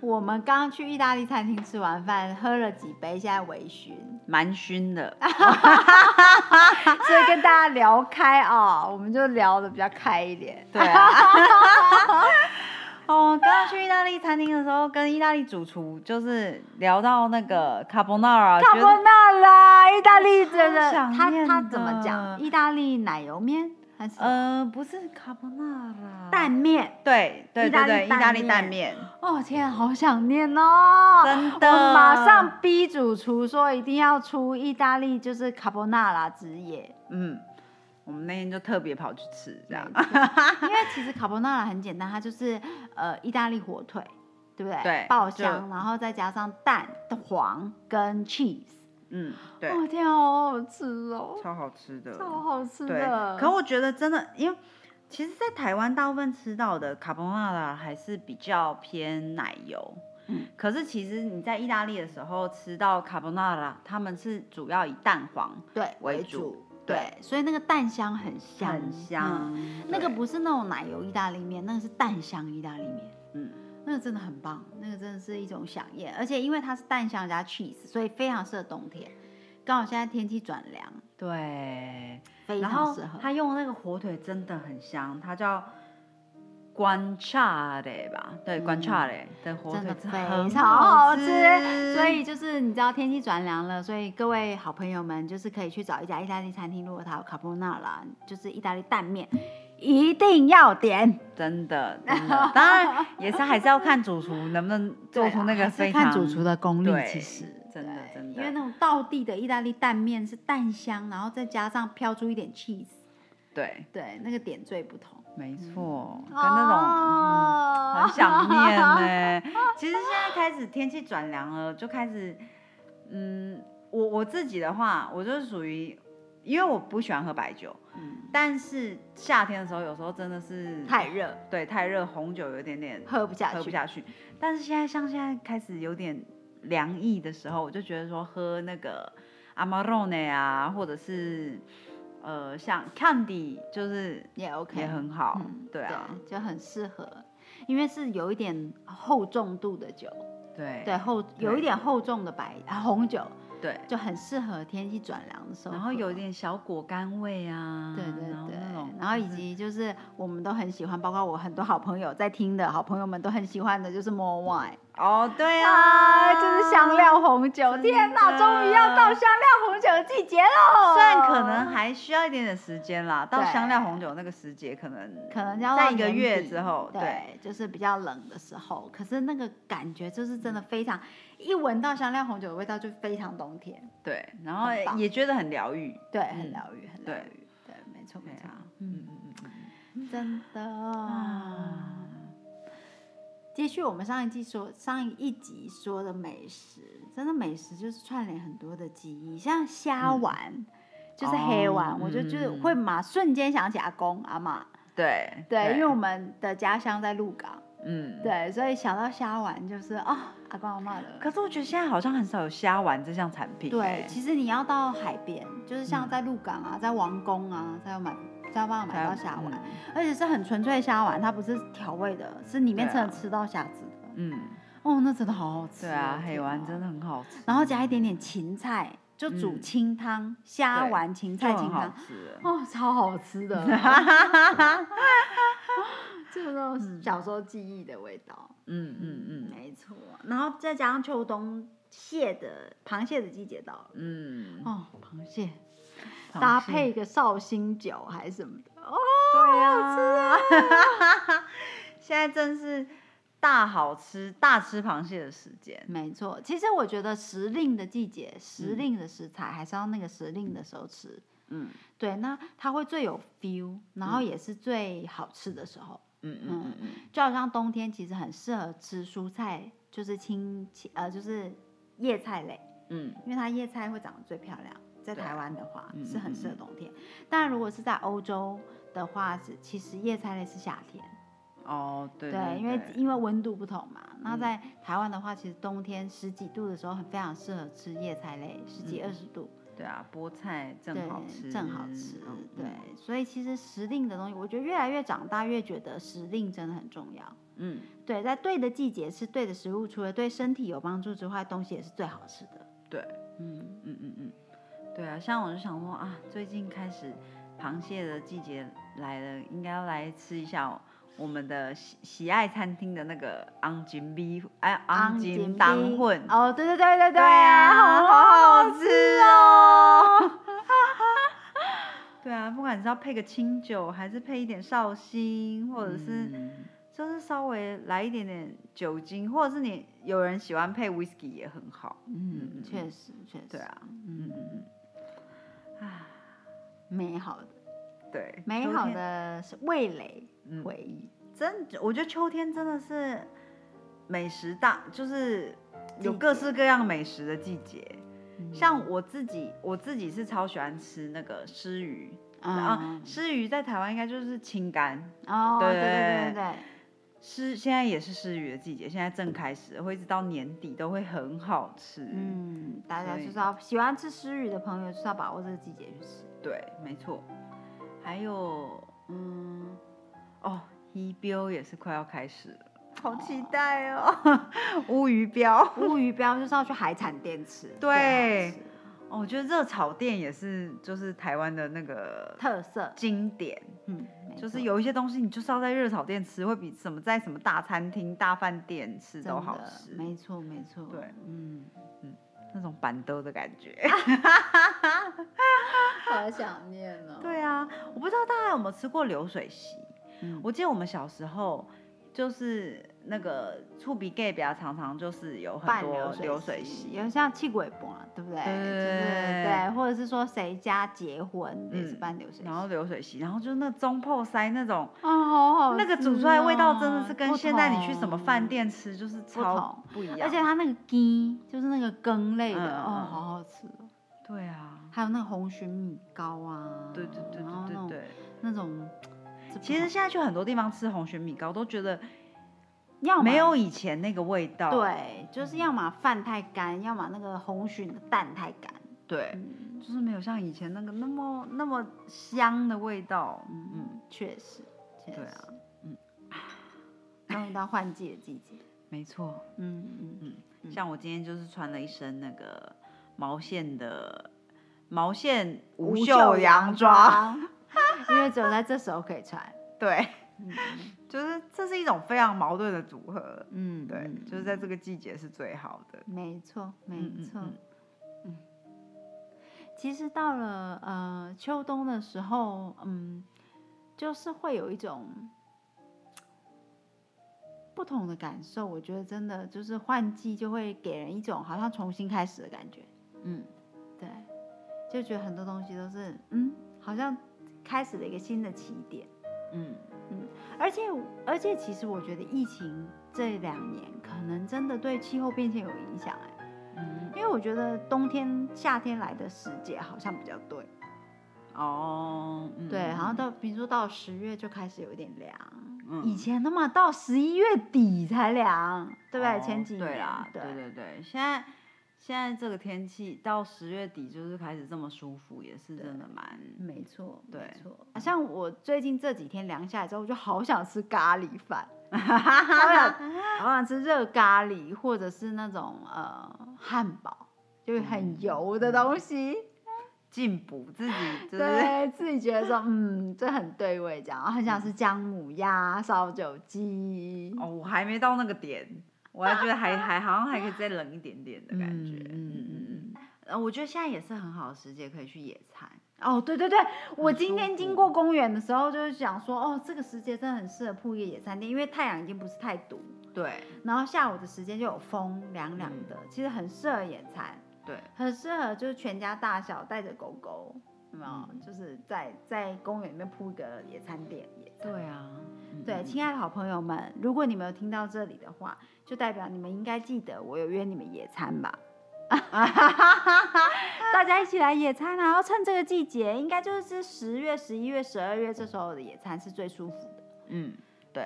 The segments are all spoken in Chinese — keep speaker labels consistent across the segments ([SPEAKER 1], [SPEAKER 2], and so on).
[SPEAKER 1] 我们刚刚去意大利餐厅吃完饭，喝了几杯，现在微醺，
[SPEAKER 2] 蛮 熏的。啊
[SPEAKER 1] 所以跟大家聊开啊、我们就聊的比较开一点。
[SPEAKER 2] 对啊。 哦，我刚刚去意大利餐厅的时候，跟意大利主厨就是聊到那个卡布纳啊尔，
[SPEAKER 1] 卡波纳拉，意大利真的，
[SPEAKER 2] 超想
[SPEAKER 1] 他
[SPEAKER 2] 念
[SPEAKER 1] 他怎么
[SPEAKER 2] 的
[SPEAKER 1] 讲？意大利奶油面还是
[SPEAKER 2] 呃，不是卡布纳尔，
[SPEAKER 1] 蛋面？
[SPEAKER 2] 对对
[SPEAKER 1] 意大利
[SPEAKER 2] 对对，意
[SPEAKER 1] 蛋
[SPEAKER 2] 大利
[SPEAKER 1] 面
[SPEAKER 2] 蛋面，
[SPEAKER 1] 哦天啊，好想念哦！
[SPEAKER 2] 真的
[SPEAKER 1] 我马上逼主厨说一定要出意大利就是卡波纳拉之夜，
[SPEAKER 2] 嗯，我们那天就特别跑去吃这样，
[SPEAKER 1] 因为其实卡波纳拉很简单，它就是呃意大利火腿，对不对？
[SPEAKER 2] 对
[SPEAKER 1] 爆
[SPEAKER 2] 就
[SPEAKER 1] 香，然后再加上蛋黄跟 cheese。
[SPEAKER 2] 嗯，对，
[SPEAKER 1] 哦天啊，好好吃哦，
[SPEAKER 2] 超好吃的，
[SPEAKER 1] 超好吃
[SPEAKER 2] 对
[SPEAKER 1] 的。，
[SPEAKER 2] 可我觉得真的，因为其实，在台湾大部分吃到的卡波纳拉还是比较偏奶油。
[SPEAKER 1] 嗯
[SPEAKER 2] 可是其实你在意大利的时候吃到卡波纳拉，他们是主要以蛋黄，
[SPEAKER 1] 对
[SPEAKER 2] 为
[SPEAKER 1] 为
[SPEAKER 2] 主
[SPEAKER 1] 主，
[SPEAKER 2] 对
[SPEAKER 1] 对，所以那个蛋香很香，
[SPEAKER 2] 很香
[SPEAKER 1] 嗯。那个
[SPEAKER 2] 对
[SPEAKER 1] 不是那种奶油意大利面，那个是蛋香意大利面，
[SPEAKER 2] 嗯，
[SPEAKER 1] 那个真的很棒，那个真的是一种飨宴，而且因为它是蛋香加 cheese，所以非常适合冬天。刚好现在天气转凉，
[SPEAKER 2] 对。
[SPEAKER 1] 非
[SPEAKER 2] 然后
[SPEAKER 1] 常适合。
[SPEAKER 2] 他用那个火腿真的很香，它叫 guanciale 吧？对
[SPEAKER 1] 嗯
[SPEAKER 2] ，guanciale 的火
[SPEAKER 1] 真
[SPEAKER 2] 腿
[SPEAKER 1] 的
[SPEAKER 2] 真
[SPEAKER 1] 非
[SPEAKER 2] 的很
[SPEAKER 1] 常好
[SPEAKER 2] 吃，
[SPEAKER 1] 吃，所以就是你知道天气转凉了，所以各位好朋友们就是可以去找一家意大利餐厅，如果它有卡布纳啦，就是意大利蛋面，一定要点。
[SPEAKER 2] 真的真的，当然也是还是要看主厨能不能做
[SPEAKER 1] 对
[SPEAKER 2] 出
[SPEAKER 1] 啦
[SPEAKER 2] 那个
[SPEAKER 1] 还是
[SPEAKER 2] 非常
[SPEAKER 1] 看主厨的功力
[SPEAKER 2] 对，
[SPEAKER 1] 其实
[SPEAKER 2] 真的
[SPEAKER 1] 对
[SPEAKER 2] 真的，
[SPEAKER 1] 因为那种道地的意大利蛋面是蛋香，然后再加上飘出一点 cheese，
[SPEAKER 2] 对，
[SPEAKER 1] 对，那个点缀不同，
[SPEAKER 2] 没错，
[SPEAKER 1] 哦
[SPEAKER 2] 跟那种、嗯、很想念呢、其实现在开始天气转凉了，就开始，嗯，我我自己的话，我就是属于，因为我不喜欢喝白酒，
[SPEAKER 1] 嗯
[SPEAKER 2] 但是夏天的时候有时候真的是
[SPEAKER 1] 太热，
[SPEAKER 2] 对太热，红酒有一点点
[SPEAKER 1] 喝不下去，
[SPEAKER 2] 喝不下去。但是现在像现在开始有点凉意的时候，我就觉得说喝那个 Amarone 啊，或者是呃像 Candy，就是
[SPEAKER 1] 也 OK，
[SPEAKER 2] 也很好，
[SPEAKER 1] 嗯
[SPEAKER 2] 对啊，
[SPEAKER 1] 就很适合，因为是有一点厚重度的酒，
[SPEAKER 2] 对
[SPEAKER 1] 对厚有一点厚重的白啊红酒，
[SPEAKER 2] 对
[SPEAKER 1] 就很适合天气转凉的时候喝，
[SPEAKER 2] 然后有一点小果干味啊，
[SPEAKER 1] 对对
[SPEAKER 2] 然后
[SPEAKER 1] 对
[SPEAKER 2] 那种，，
[SPEAKER 1] 然后以
[SPEAKER 2] 就是
[SPEAKER 1] 及就是我们都很喜欢，包括我很多好朋友在听的好朋友们都很喜欢的，就是 More Wine，
[SPEAKER 2] 哦对啊，
[SPEAKER 1] 啊，就是香。料红酒。
[SPEAKER 2] 真
[SPEAKER 1] 天哪，
[SPEAKER 2] 的
[SPEAKER 1] 终于要到香料红酒的季节喽！
[SPEAKER 2] 虽然可能还需要一点点时间啦，到
[SPEAKER 1] 哦对
[SPEAKER 2] 香料红酒那个时节，可能
[SPEAKER 1] 可能要
[SPEAKER 2] 在
[SPEAKER 1] 到
[SPEAKER 2] 一个
[SPEAKER 1] 年
[SPEAKER 2] 月
[SPEAKER 1] 底
[SPEAKER 2] 之后
[SPEAKER 1] 对，就是比较冷的时候，可是那个感觉就是真的非常，一闻到香料红酒的味道就非常冬天，
[SPEAKER 2] 对，然后
[SPEAKER 1] 很棒
[SPEAKER 2] 也觉得很疗愈，
[SPEAKER 1] 对，
[SPEAKER 2] 嗯
[SPEAKER 1] 很疗愈，很疗
[SPEAKER 2] 对
[SPEAKER 1] 愈，对，没错
[SPEAKER 2] 对
[SPEAKER 1] 没错，
[SPEAKER 2] 啊，嗯
[SPEAKER 1] 嗯，
[SPEAKER 2] 嗯嗯
[SPEAKER 1] 真
[SPEAKER 2] 嗯
[SPEAKER 1] 的。
[SPEAKER 2] 啊。
[SPEAKER 1] 接续我们上一季说上一集说的美食，真的美食就是串联很多的记忆，像虾丸，就是黑丸，
[SPEAKER 2] 嗯哦
[SPEAKER 1] 我就就是
[SPEAKER 2] 嗯
[SPEAKER 1] 会马瞬间想起阿公阿妈，
[SPEAKER 2] 对
[SPEAKER 1] 对，因为我们的家乡在鹿港，
[SPEAKER 2] 嗯。
[SPEAKER 1] 对，所以想到虾丸就是哦阿公阿妈的。
[SPEAKER 2] 可是我觉得现在好像很少有虾丸这项产品、
[SPEAKER 1] 对
[SPEAKER 2] 哎，
[SPEAKER 1] 其实你要到海边，就是像
[SPEAKER 2] 嗯
[SPEAKER 1] 在鹿港啊，在王宫啊，才有买才有办法买
[SPEAKER 2] 才
[SPEAKER 1] 到
[SPEAKER 2] 有嗯
[SPEAKER 1] 虾丸，而且是很纯粹的虾丸，它不是调味的，是里面
[SPEAKER 2] 对啊
[SPEAKER 1] 真的吃到虾子的。
[SPEAKER 2] 嗯，
[SPEAKER 1] 哦，那真的好好吃
[SPEAKER 2] 对
[SPEAKER 1] 哦。
[SPEAKER 2] 啊，黑
[SPEAKER 1] 天
[SPEAKER 2] 丸
[SPEAKER 1] 啊
[SPEAKER 2] 真的很好吃，
[SPEAKER 1] 然后加一点点芹菜，就煮
[SPEAKER 2] 嗯
[SPEAKER 1] 清汤，虾
[SPEAKER 2] 对
[SPEAKER 1] 丸芹
[SPEAKER 2] 就
[SPEAKER 1] 菜
[SPEAKER 2] 很
[SPEAKER 1] 清
[SPEAKER 2] 好
[SPEAKER 1] 汤，
[SPEAKER 2] 吃了。
[SPEAKER 1] 哦，超好吃 的， 这种小时候记忆的味道。
[SPEAKER 2] 嗯嗯嗯
[SPEAKER 1] 没错。然后再加上秋冬蟹的螃蟹的季节到了，
[SPEAKER 2] 嗯，
[SPEAKER 1] 哦，螃蟹
[SPEAKER 2] 螃
[SPEAKER 1] 搭
[SPEAKER 2] 蟹
[SPEAKER 1] 配一个绍兴酒还是什么的，哦，啊
[SPEAKER 2] 对呀、现在真是大好吃大吃螃蟹的时间。
[SPEAKER 1] 没错。其实我觉得时令的季节，时
[SPEAKER 2] 嗯
[SPEAKER 1] 令的食材还是要那个时令的时候吃。
[SPEAKER 2] 嗯
[SPEAKER 1] 对，那它会最有 feel，然后
[SPEAKER 2] 嗯
[SPEAKER 1] 也是最好吃的时候。
[SPEAKER 2] 嗯嗯嗯
[SPEAKER 1] 就好像冬天其实很适合吃蔬菜，就是青青呃就是叶菜类，
[SPEAKER 2] 嗯
[SPEAKER 1] 因为它叶菜会长得最漂亮。在台湾的话
[SPEAKER 2] 嗯
[SPEAKER 1] 是很
[SPEAKER 2] 嗯
[SPEAKER 1] 适合
[SPEAKER 2] 嗯
[SPEAKER 1] 冬天，但如果是在欧洲的话，是其实叶菜类是夏天。
[SPEAKER 2] 嗯，哦对
[SPEAKER 1] 对，因为因为温度不同嘛。那
[SPEAKER 2] 嗯
[SPEAKER 1] 在台湾的话，其实冬天十几度的时候，很非常适合吃叶菜类，十几
[SPEAKER 2] 嗯
[SPEAKER 1] 二十度，
[SPEAKER 2] 对啊，菠菜正好吃，
[SPEAKER 1] 对，正好吃。
[SPEAKER 2] 嗯
[SPEAKER 1] 对，所以其实时令的东西，我觉得越来越长大，越觉得时令真的很重要。
[SPEAKER 2] 嗯，
[SPEAKER 1] 对，在对的季节吃对的食物，除了对身体有帮助之外，东西也是最好吃的。
[SPEAKER 2] 对，
[SPEAKER 1] 嗯，
[SPEAKER 2] 嗯嗯嗯，对啊，像我就想说啊，最近开始螃蟹的季节来了，应该要来吃一下我们的喜喜爱餐厅的那个昂金米，哎，昂金当混，
[SPEAKER 1] 哦，对对对对
[SPEAKER 2] 对
[SPEAKER 1] 啊，
[SPEAKER 2] 啊，
[SPEAKER 1] 好
[SPEAKER 2] 好
[SPEAKER 1] 好
[SPEAKER 2] 好
[SPEAKER 1] 吃。
[SPEAKER 2] 吃哦。对啊，不管是要配个清酒，还是配一点绍兴，或者是、
[SPEAKER 1] 嗯
[SPEAKER 2] 就是稍微来一点点酒精，或者是你有人喜欢配 whisky 也很好。
[SPEAKER 1] 嗯，
[SPEAKER 2] 嗯
[SPEAKER 1] 确实确实，
[SPEAKER 2] 对啊，嗯
[SPEAKER 1] 嗯，
[SPEAKER 2] 嗯嗯，啊，
[SPEAKER 1] 美好的
[SPEAKER 2] 对，
[SPEAKER 1] 美
[SPEAKER 2] 秋
[SPEAKER 1] 好
[SPEAKER 2] 天
[SPEAKER 1] 的是味蕾
[SPEAKER 2] 嗯
[SPEAKER 1] 回忆。
[SPEAKER 2] 真，我觉得秋天真的是美食大，就是有
[SPEAKER 1] 季
[SPEAKER 2] 各
[SPEAKER 1] 节
[SPEAKER 2] 式各样美食的季节。
[SPEAKER 1] 嗯
[SPEAKER 2] 像我自己，我自己是超喜欢吃那个湿鱼，然后湿鱼在台湾应该就是清干，
[SPEAKER 1] 哦，对
[SPEAKER 2] 对
[SPEAKER 1] 对对对对，
[SPEAKER 2] 湿现在也是湿鱼的季节，现在正开始，会一直到年底都会很好吃。，
[SPEAKER 1] 嗯，大家
[SPEAKER 2] 所以
[SPEAKER 1] 就是要喜欢吃湿鱼的朋友，就是要把握这个季节去吃。
[SPEAKER 2] 对，没错。还有
[SPEAKER 1] 嗯，
[SPEAKER 2] 哦，一标也是快要开始了，好期
[SPEAKER 1] 哦
[SPEAKER 2] 待哦， 乌鱼标。
[SPEAKER 1] 乌鱼标就是要去海产店吃，最
[SPEAKER 2] 对
[SPEAKER 1] 好吃
[SPEAKER 2] 哦，我觉得热炒店也是，就是台湾的那个
[SPEAKER 1] 特色，
[SPEAKER 2] 经典，
[SPEAKER 1] 嗯，没
[SPEAKER 2] 就是
[SPEAKER 1] 错
[SPEAKER 2] 有一些东西你就是要在热炒店吃，会比什么在什么大餐厅、大饭店吃
[SPEAKER 1] 真
[SPEAKER 2] 都好
[SPEAKER 1] 的
[SPEAKER 2] 吃，
[SPEAKER 1] 没错没错，
[SPEAKER 2] 对，
[SPEAKER 1] 嗯，
[SPEAKER 2] 那种板凳的感觉。
[SPEAKER 1] 啊好想念哦，
[SPEAKER 2] 对啊，我不知道大家有没有吃过流水席？
[SPEAKER 1] 嗯，
[SPEAKER 2] 我记得我们小时候就是那个触鼻 gay 比较常常就是有很
[SPEAKER 1] 拌
[SPEAKER 2] 多
[SPEAKER 1] 流
[SPEAKER 2] 流水席，
[SPEAKER 1] 有像气鬼博，对不对？
[SPEAKER 2] 对
[SPEAKER 1] 就是对，或者是说谁家结婚也是
[SPEAKER 2] 嗯
[SPEAKER 1] 办流水席，
[SPEAKER 2] 然后流水席，然后就是那中破塞那种。
[SPEAKER 1] 啊，好好，哦啊
[SPEAKER 2] 那个煮出来味道真的是跟
[SPEAKER 1] 不
[SPEAKER 2] 现在你去什么
[SPEAKER 1] 同
[SPEAKER 2] 饭店吃就是超
[SPEAKER 1] 同
[SPEAKER 2] 不一样，
[SPEAKER 1] 而且它那个羹就是那个羹类的，
[SPEAKER 2] 嗯嗯
[SPEAKER 1] 哦，
[SPEAKER 2] 嗯
[SPEAKER 1] 好好吃哦。
[SPEAKER 2] 对啊，
[SPEAKER 1] 还有那个红鲟米糕啊，
[SPEAKER 2] 对对对
[SPEAKER 1] 然后那
[SPEAKER 2] 对对
[SPEAKER 1] 种
[SPEAKER 2] 对。
[SPEAKER 1] 那种，这不
[SPEAKER 2] 其实
[SPEAKER 1] 好
[SPEAKER 2] 现在去很多地方吃红旋米糕，都觉得
[SPEAKER 1] 要么
[SPEAKER 2] 没有嗯以前那个味道。
[SPEAKER 1] 对，就是要么饭太干，要么那个红鲟的蛋太干。
[SPEAKER 2] 对，
[SPEAKER 1] 嗯
[SPEAKER 2] 就是没有像以前那个那么那么香的味道。嗯
[SPEAKER 1] 嗯，确实，确实
[SPEAKER 2] 对啊， 嗯，
[SPEAKER 1] 终于到换季的季节，
[SPEAKER 2] 没错。
[SPEAKER 1] 嗯 嗯，嗯
[SPEAKER 2] 像我今天就是穿了一身那个毛线的毛线无袖洋装，
[SPEAKER 1] 装，因为只有在这时候可以穿。
[SPEAKER 2] 对，
[SPEAKER 1] 嗯
[SPEAKER 2] 就是这是一种非常矛盾的组合。
[SPEAKER 1] 嗯，
[SPEAKER 2] 对，
[SPEAKER 1] 嗯
[SPEAKER 2] 就是在这个季节是最好的。
[SPEAKER 1] 没错，没
[SPEAKER 2] 嗯嗯
[SPEAKER 1] 错，嗯
[SPEAKER 2] 嗯
[SPEAKER 1] 其实到了呃秋冬的时候，嗯，就是会有一种不同的感受。我觉得真的就是换季就会给人一种好像重新开始的感觉，
[SPEAKER 2] 嗯，
[SPEAKER 1] 对，就觉得很多东西都是嗯，好像开始了一个新的起点。
[SPEAKER 2] 嗯，
[SPEAKER 1] 而且而且，其实我觉得疫情这两年可能真的对气候变迁有影响哎。
[SPEAKER 2] 嗯，
[SPEAKER 1] 因为我觉得冬天、夏天来的时节好像比较对，
[SPEAKER 2] 哦，嗯
[SPEAKER 1] 对，
[SPEAKER 2] 嗯
[SPEAKER 1] 然后到比如说到十月就开始有一点凉，
[SPEAKER 2] 嗯
[SPEAKER 1] 以前的嘛到十一月底才凉，对不对？
[SPEAKER 2] 哦
[SPEAKER 1] 前几年
[SPEAKER 2] 对啦，
[SPEAKER 1] 对
[SPEAKER 2] 对对，现在现在这个天气到十月底就是开始这么舒服，也是真的蛮
[SPEAKER 1] 没错，
[SPEAKER 2] 对
[SPEAKER 1] 没错。啊像我最近这几天凉下来之后，我就好想吃咖喱 饭，好想好想吃热咖喱，或者是那种呃汉堡，就是很
[SPEAKER 2] 嗯
[SPEAKER 1] 油的东西。
[SPEAKER 2] 进补自 己，就是
[SPEAKER 1] 对自己觉得说，嗯，这很对味，这样，然后很想吃姜母鸭、烧酒鸡，
[SPEAKER 2] 嗯哦，我还没到那个点，我还觉得还还好像还可以再冷一点点的感觉，嗯嗯嗯。
[SPEAKER 1] 嗯。
[SPEAKER 2] 呃，我觉得现在也是很好的时节，可以去野餐。
[SPEAKER 1] 哦，对对对，我
[SPEAKER 2] 很
[SPEAKER 1] 今
[SPEAKER 2] 舒
[SPEAKER 1] 天经
[SPEAKER 2] 服
[SPEAKER 1] 过公园的时候，就是想说，哦，这个时节真的很适合铺一个野餐垫，因为太阳已经不是太毒，
[SPEAKER 2] 对
[SPEAKER 1] 然后下午的时间就有风，凉凉
[SPEAKER 2] 嗯
[SPEAKER 1] 的，其实很适合野餐，
[SPEAKER 2] 对，
[SPEAKER 1] 很适合就是全家大小带着狗狗，有没
[SPEAKER 2] 嗯
[SPEAKER 1] 有？就是在在公园里面铺一个野餐垫，野餐
[SPEAKER 2] 对啊，嗯
[SPEAKER 1] 对，亲爱的好朋友们，如果你们有听到这里的话，就代表你们应该记得我有约你们野餐吧。 大家一起来野餐啊！然后趁这个季节，应该就是十月、十一月、十二月这时候的野餐是最舒服的。
[SPEAKER 2] 嗯，对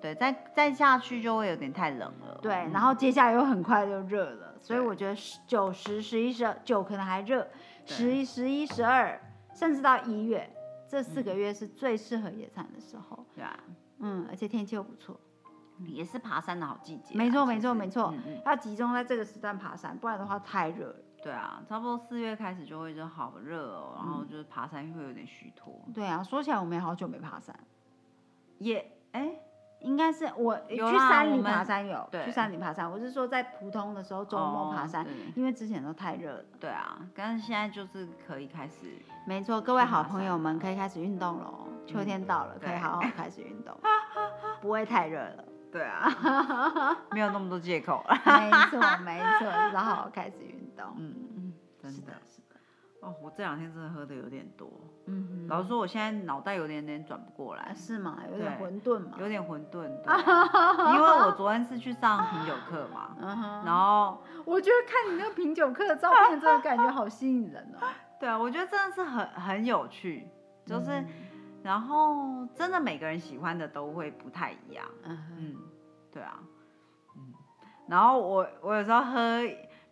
[SPEAKER 1] 对
[SPEAKER 2] 对，再再下去就会有点太冷了。
[SPEAKER 1] 对，
[SPEAKER 2] 嗯
[SPEAKER 1] 然后接下来又很快就热了，所以
[SPEAKER 2] 对
[SPEAKER 1] 我觉得九、十、十一、十二，九可能还热，
[SPEAKER 2] 对
[SPEAKER 1] 十一、十一、十二，甚至到一月，这四个
[SPEAKER 2] 嗯
[SPEAKER 1] 月是最适合野餐的时候。
[SPEAKER 2] 对啊，
[SPEAKER 1] 嗯，而且天气又不错。
[SPEAKER 2] 也是爬山的好季节啊。
[SPEAKER 1] 没错
[SPEAKER 2] 其
[SPEAKER 1] 没错
[SPEAKER 2] 实
[SPEAKER 1] 没错
[SPEAKER 2] 嗯嗯，
[SPEAKER 1] 要集中在这个时段爬山，不然的话太热了。
[SPEAKER 2] 对啊，差不多四月开始就会就好热哦，然后就是爬山会有点虚脱。
[SPEAKER 1] 对啊，说起来我们也好久没爬山，
[SPEAKER 2] 也哎，
[SPEAKER 1] 应该是啊我
[SPEAKER 2] 有
[SPEAKER 1] 去
[SPEAKER 2] 啦
[SPEAKER 1] 山
[SPEAKER 2] 我
[SPEAKER 1] 里
[SPEAKER 2] 们
[SPEAKER 1] 爬山有，
[SPEAKER 2] 对
[SPEAKER 1] 去山里爬山。我是说在普通的时候周末爬山，
[SPEAKER 2] 哦对
[SPEAKER 1] 因为之前都太热了。
[SPEAKER 2] 对啊，但是现在就是可以开始，
[SPEAKER 1] 没错，各位好
[SPEAKER 2] 去爬
[SPEAKER 1] 朋友们可以开始运动喽，秋天到了可以
[SPEAKER 2] 对
[SPEAKER 1] 好好开始运动，不会太热了。
[SPEAKER 2] 对啊，没有那么多借口了。
[SPEAKER 1] 没错 没错，就是好好开始运动。
[SPEAKER 2] 嗯嗯，真的是的。哦，我这两天真的喝的有点多，
[SPEAKER 1] 嗯
[SPEAKER 2] 老实说，我现在脑袋有点点转不过来
[SPEAKER 1] 哼，，是吗？有点
[SPEAKER 2] 对
[SPEAKER 1] 混沌嘛。
[SPEAKER 2] 有点混沌。对，因为 我昨天是去上品酒课嘛，
[SPEAKER 1] 嗯哼，
[SPEAKER 2] 然后
[SPEAKER 1] 我觉得看你那个品酒课的照片，真的感觉好吸引人哦。
[SPEAKER 2] 对啊，我觉得真的是很很有趣，就是、然后真的每个人喜欢的都会不太一样。
[SPEAKER 1] 嗯哼，
[SPEAKER 2] 嗯，对啊，嗯，然后我我有时候喝，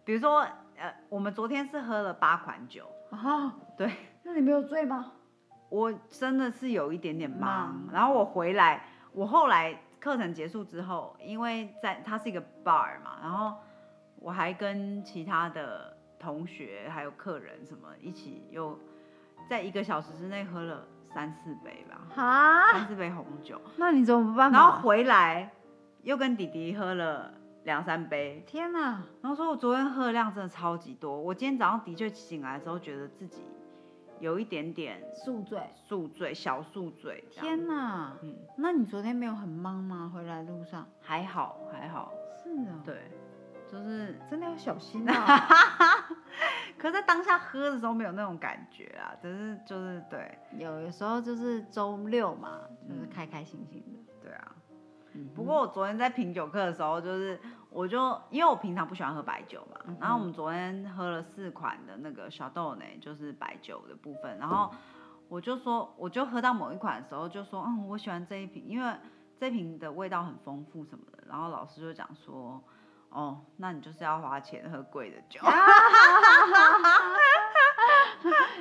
[SPEAKER 2] 比如说呃，我们昨天是喝了八款酒，
[SPEAKER 1] 啊，
[SPEAKER 2] 对
[SPEAKER 1] 那你没有醉吗？
[SPEAKER 2] 我真的是有一点点忙
[SPEAKER 1] 忙。
[SPEAKER 2] 然后我回来，我后来课程结束之后，因为在它是一个 bar 嘛，然后我还跟其他的同学还有客人什么一起又在一个小时之内喝了三四杯吧，
[SPEAKER 1] 啊，
[SPEAKER 2] 三四杯红 酒，
[SPEAKER 1] 那你怎么办
[SPEAKER 2] 然
[SPEAKER 1] 然后
[SPEAKER 2] 后
[SPEAKER 1] 回，
[SPEAKER 2] 回来又跟弟弟喝了两三杯，
[SPEAKER 1] 天哪，
[SPEAKER 2] 然后说我昨天喝的量真的超级多，我今天早上的确醒来的时候觉得自己有一点点
[SPEAKER 1] 宿醉，
[SPEAKER 2] 宿醉，小宿醉。
[SPEAKER 1] 天
[SPEAKER 2] 哪！
[SPEAKER 1] 哪，
[SPEAKER 2] 嗯，
[SPEAKER 1] 那你昨天没有很忙吗？回来路上？
[SPEAKER 2] 还好还好，
[SPEAKER 1] 是的，，
[SPEAKER 2] 对，就是，
[SPEAKER 1] 真的要小心 啊，
[SPEAKER 2] 可是在当下喝的时候没有那种感觉啊，只是就是对
[SPEAKER 1] 有有时候就是周六嘛，就是
[SPEAKER 2] 嗯
[SPEAKER 1] 开开心心的。
[SPEAKER 2] 对啊。
[SPEAKER 1] 嗯
[SPEAKER 2] 不过我昨天在品酒课的时候，就是我就因为我平常不喜欢喝白酒嘛，
[SPEAKER 1] 嗯哼
[SPEAKER 2] 然后我们昨天喝了四款的那个小豆呢，就是白酒的部分，然后我就说，我就喝到某一款的时候就说，嗯，我喜欢这一瓶，因为这瓶的味道很丰富什么的，然后老师就讲说。哦，那你就是要花钱喝贵的酒，
[SPEAKER 1] 啊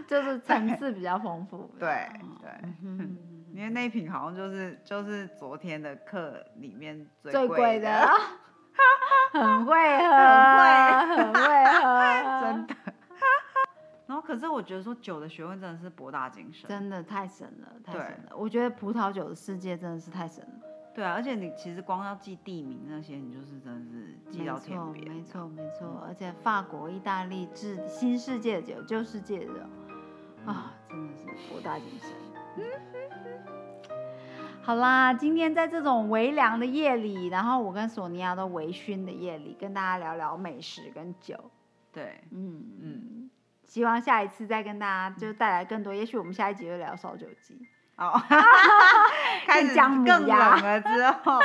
[SPEAKER 1] 就是层次比较丰 富。
[SPEAKER 2] 对
[SPEAKER 1] 嗯
[SPEAKER 2] 对，
[SPEAKER 1] 嗯
[SPEAKER 2] 因为那一瓶好像就是就是昨天的课里面最
[SPEAKER 1] 最
[SPEAKER 2] 贵
[SPEAKER 1] 贵
[SPEAKER 2] 的，
[SPEAKER 1] 的，很会喝，很
[SPEAKER 2] 很
[SPEAKER 1] 会 喝，
[SPEAKER 2] 真的。然后，可是我觉得说酒的学问真的是博大精深，
[SPEAKER 1] 真的太神了，太
[SPEAKER 2] 对
[SPEAKER 1] 神了！我觉得葡萄酒的世界真的是太神了，
[SPEAKER 2] 对啊，而且你其实光要记地名那些，你就是真的是记
[SPEAKER 1] 没
[SPEAKER 2] 到天
[SPEAKER 1] 错，
[SPEAKER 2] 边，
[SPEAKER 1] 没错，没错。而且法国、意大利、至新世界的酒、旧世界的酒，啊，真的是博大精深。嗯好啦，今天在这种微凉的夜里，然后我跟索尼娅都微醺的夜里，跟大家聊聊美食跟酒。
[SPEAKER 2] 对，
[SPEAKER 1] 嗯嗯
[SPEAKER 2] 嗯，
[SPEAKER 1] 希望下一次再跟大家就带来更多。也许我们下一集就聊烧酒鸡。
[SPEAKER 2] 哦，开始
[SPEAKER 1] 姜母
[SPEAKER 2] 更冷
[SPEAKER 1] 鸭
[SPEAKER 2] 了之后。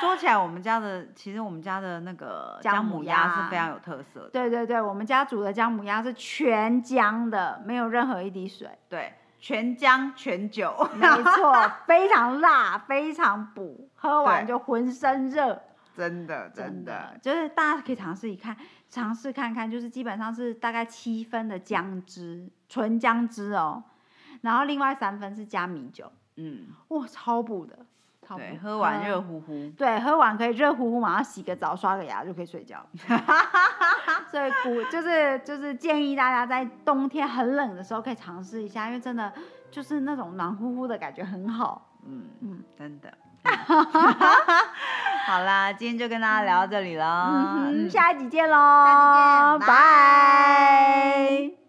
[SPEAKER 2] 说起来，我们家的其实我们家的那个
[SPEAKER 1] 姜
[SPEAKER 2] 姜
[SPEAKER 1] 母
[SPEAKER 2] 母鸭
[SPEAKER 1] 鸭
[SPEAKER 2] 是非常有特色的，
[SPEAKER 1] 对对对，我们家煮的姜母鸭是全姜的，没有任何一滴水，
[SPEAKER 2] 对，全姜全酒，
[SPEAKER 1] 没错，非常辣，非常补，喝完就浑身热，
[SPEAKER 2] 真的真
[SPEAKER 1] 真
[SPEAKER 2] 的
[SPEAKER 1] 的，就是大家可以尝试一看，尝试看看，就是基本上是大概七分的姜汁，纯姜汁哦，然后另外三分是加米酒，
[SPEAKER 2] 嗯，
[SPEAKER 1] 哇，超补的，超补
[SPEAKER 2] 对，，喝完热
[SPEAKER 1] 嗯
[SPEAKER 2] 乎乎，
[SPEAKER 1] 对，喝完可以热乎乎，马上洗个澡、刷个牙就可以睡觉。 所以鼓就是就是建议大家在冬天很冷的时候可以尝试一下，因为真的就是那种暖乎乎的感觉很好。
[SPEAKER 2] 嗯
[SPEAKER 1] 嗯
[SPEAKER 2] 嗯，真 的。好啦，今天就跟大家聊到这里了，
[SPEAKER 1] 嗯哼，
[SPEAKER 2] 嗯
[SPEAKER 1] 嗯下一集见喽，
[SPEAKER 2] 下集见拜
[SPEAKER 1] 拜